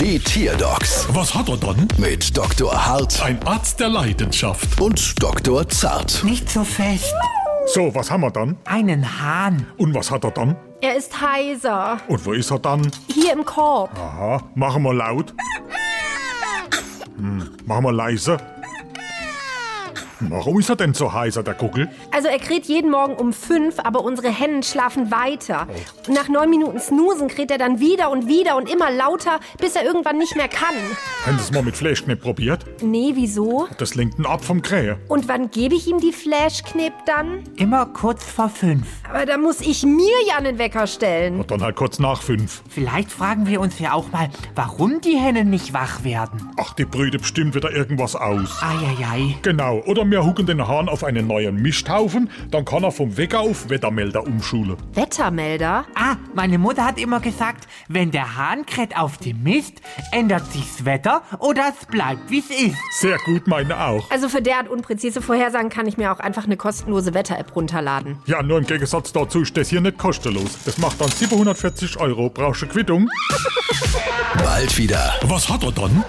Die Tierdocs Was hat er dann? mit Dr. Hart Ein Arzt der Leidenschaft. und Dr. Zart. Nicht so fest. So, was haben wir dann? Einen Hahn. Und was hat er dann? Er ist heiser. Und wo ist er dann? Hier im Korb. Aha, machen wir laut. Hm, machen wir leise. Warum ist er denn so heiser, der Kugel? Also er kräht jeden Morgen um fünf, aber unsere Hennen schlafen weiter. Und nach neun Minuten Snoosen kräht er dann wieder und wieder und immer lauter, bis er irgendwann nicht mehr kann. Haben Sie es mal mit Fleischknepp probiert? Nee, wieso? Das lenkt ihn ab vom Krähe. Und wann gebe ich ihm die Flashknip dann? Immer kurz vor fünf. Aber da muss ich mir ja einen Wecker stellen. Und dann halt kurz nach fünf. Vielleicht fragen wir uns ja auch mal, warum die Hennen nicht wach werden. Ach, die Brüde bestimmt wieder irgendwas aus. Eieiei. Genau, oder wir hucken den Hahn auf einen neuen Misthaufen, dann kann er vom Wecker auf Wettermelder umschulen. Wettermelder? Ah, meine Mutter hat immer gesagt, wenn der Hahn kräht auf dem Mist, ändert sich's Wetter oder es bleibt wie's ist. Sehr gut, meine auch. Also für derart unpräzise Vorhersagen kann ich mir auch einfach eine kostenlose Wetter-App runterladen. Ja, nur im Gegensatz dazu ist das hier nicht kostenlos. Das macht dann 740 Euro. Brauchst du Quittung? Bald wieder. Was hat er dann?